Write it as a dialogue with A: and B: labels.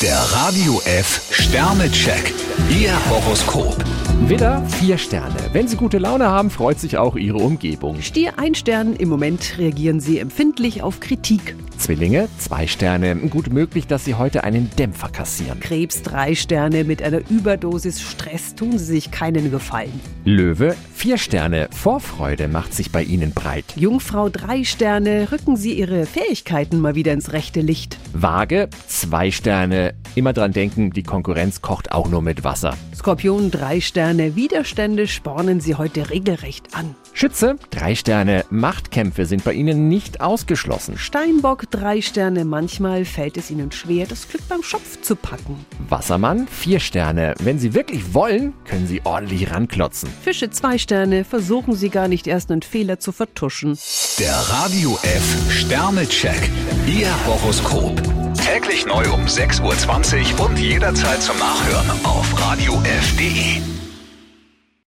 A: Der Radio F Sternecheck. Ihr Horoskop.
B: Widder, vier Sterne. Wenn Sie gute Laune haben, freut sich auch Ihre Umgebung.
C: Stier ein Stern, im Moment reagieren Sie empfindlich auf Kritik.
B: Zwillinge, zwei Sterne. Gut möglich, dass Sie heute einen Dämpfer kassieren.
C: Krebs drei Sterne, mit einer Überdosis Stress tun Sie sich keinen Gefallen.
B: Löwe, vier Sterne. Vorfreude macht sich bei Ihnen breit.
C: Jungfrau drei Sterne, rücken Sie Ihre Fähigkeiten mal wieder ins rechte Licht.
B: Waage, zwei Sterne. Immer dran denken, die Konkurrenz kocht auch nur mit Wasser.
C: Skorpion drei Sterne, Widerstände spornen Sie heute regelrecht an.
B: Schütze, drei Sterne. Machtkämpfe sind bei Ihnen nicht ausgeschlossen.
C: Steinbock drei Sterne, manchmal fällt es Ihnen schwer, das Glück beim Schopf zu packen.
B: Wassermann, vier Sterne. Wenn Sie wirklich wollen, können Sie ordentlich ranklotzen.
C: Fische zwei Sterne, versuchen Sie gar nicht erst einen Fehler zu vertuschen.
A: Der Radio F Sternecheck. Ihr Horoskop. Täglich neu um 6.20 Uhr und jederzeit zum Nachhören auf Radio radiof.de.